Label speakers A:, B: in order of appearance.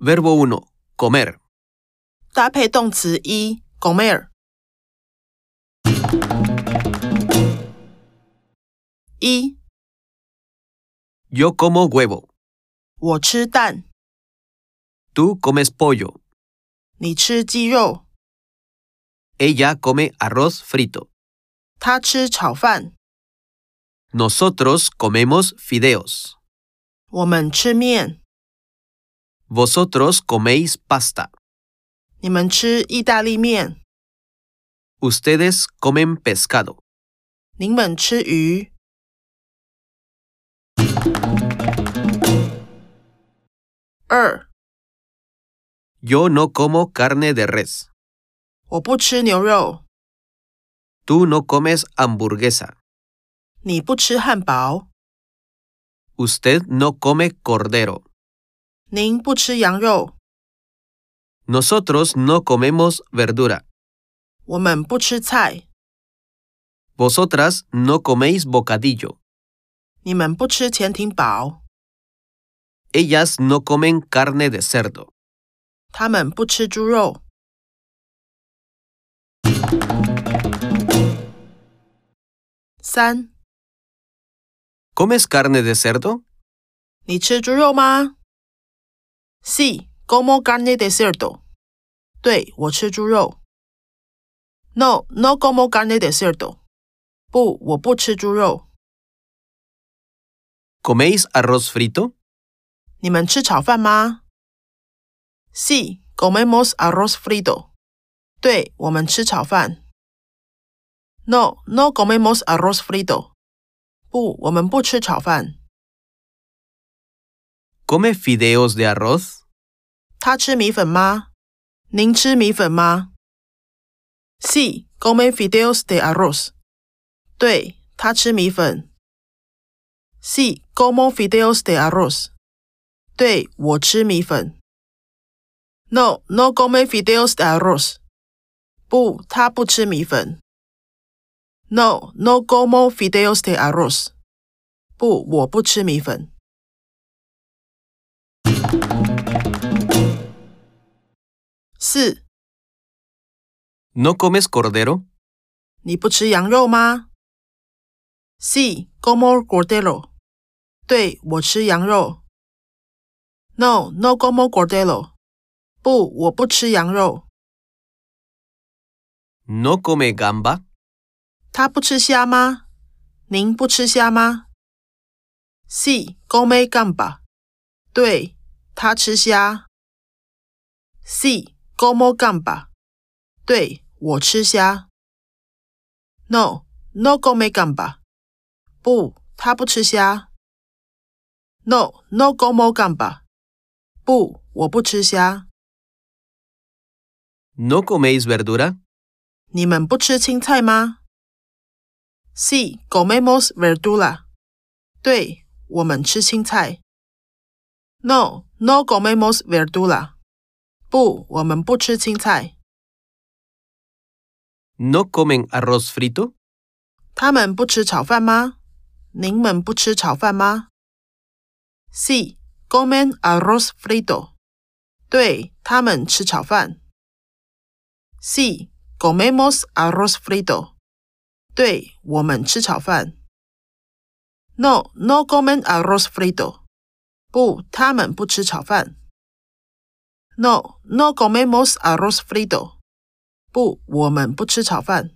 A: Verbo 1. Comer.
B: 搭配动词一 comer。一，
A: Yo como huevo.
B: 我吃蛋，
A: Tú comes pollo.
B: 你吃鸡肉，
A: Ella come arroz frito.
B: 他吃炒饭，
A: Nosotros comemos fideos.
B: 我们吃面，
A: Vosotros coméis pasta.
B: 你们吃意大利面，
A: Ustedes comen pescado.
B: 你们吃鱼。二，
A: Yo no como carne de res.
B: 我不吃牛肉，
A: Tú no comes hamburguesa.
B: 你不吃汉堡，
A: Usted no come cordero.
B: 您不吃羊肉，
A: Nosotros no comemos verdura.
B: 我们不吃菜，
A: Vosotras no coméis bocadillo.
B: 你们不吃潜艇堡，
A: Ellas no comen carne de cerdo.
B: 他们不吃猪肉。三，
A: ¿Comes carne de cerdo?
B: 你吃猪肉吗？Sí, como carne de cerdo。对，我吃猪肉。No, no como carne de cerdo。不，我不吃猪肉。
A: ¿Coméis arroz frito?
B: 你们吃炒饭吗？Sí, comemos arroz frito。对，我们吃炒饭。No, no comemos arroz frito。不，我们不吃炒饭。
A: ¿Come fideos de arroz?
B: 他吃米粉吗？您吃米粉吗？Sí, come fideos de arroz。对，他吃米粉。Sí, como fideos de arroz。对，我吃米粉。No, no come fideos de arroz。不，他不吃米粉。No, no como fideos de arroz。不，我不吃米粉。四。
A: ¿No comes cordero?
B: 你不吃羊肉吗？Sí, como cordero。对，我吃羊肉。No, no como cordero。不，我不吃羊肉。
A: ¿No come gamba?
B: 他不吃虾吗？您不吃虾吗？Sí, come gamba。对，他吃虾。Sí, como gamba。对，我吃虾。No, no come gamba。不，他不吃虾。No, no como gamba。不，我不吃虾。
A: ¿No coméis verdura?
B: 你们不吃青菜吗？Sí, comemos verdura。对，我们吃青菜。No, no comemos verdura。不，我们不吃青菜。
A: ¿No comen arroz frito?
B: 他们不吃炒饭吗？您们不吃炒饭吗？Sí, comen arroz frito。对，他们吃炒饭。Sí, comemos arroz frito。对，我们吃炒饭。No, no comen arroz frito。不，他们不吃炒饭。No, no comemos arroz frito。不，我们不吃炒饭。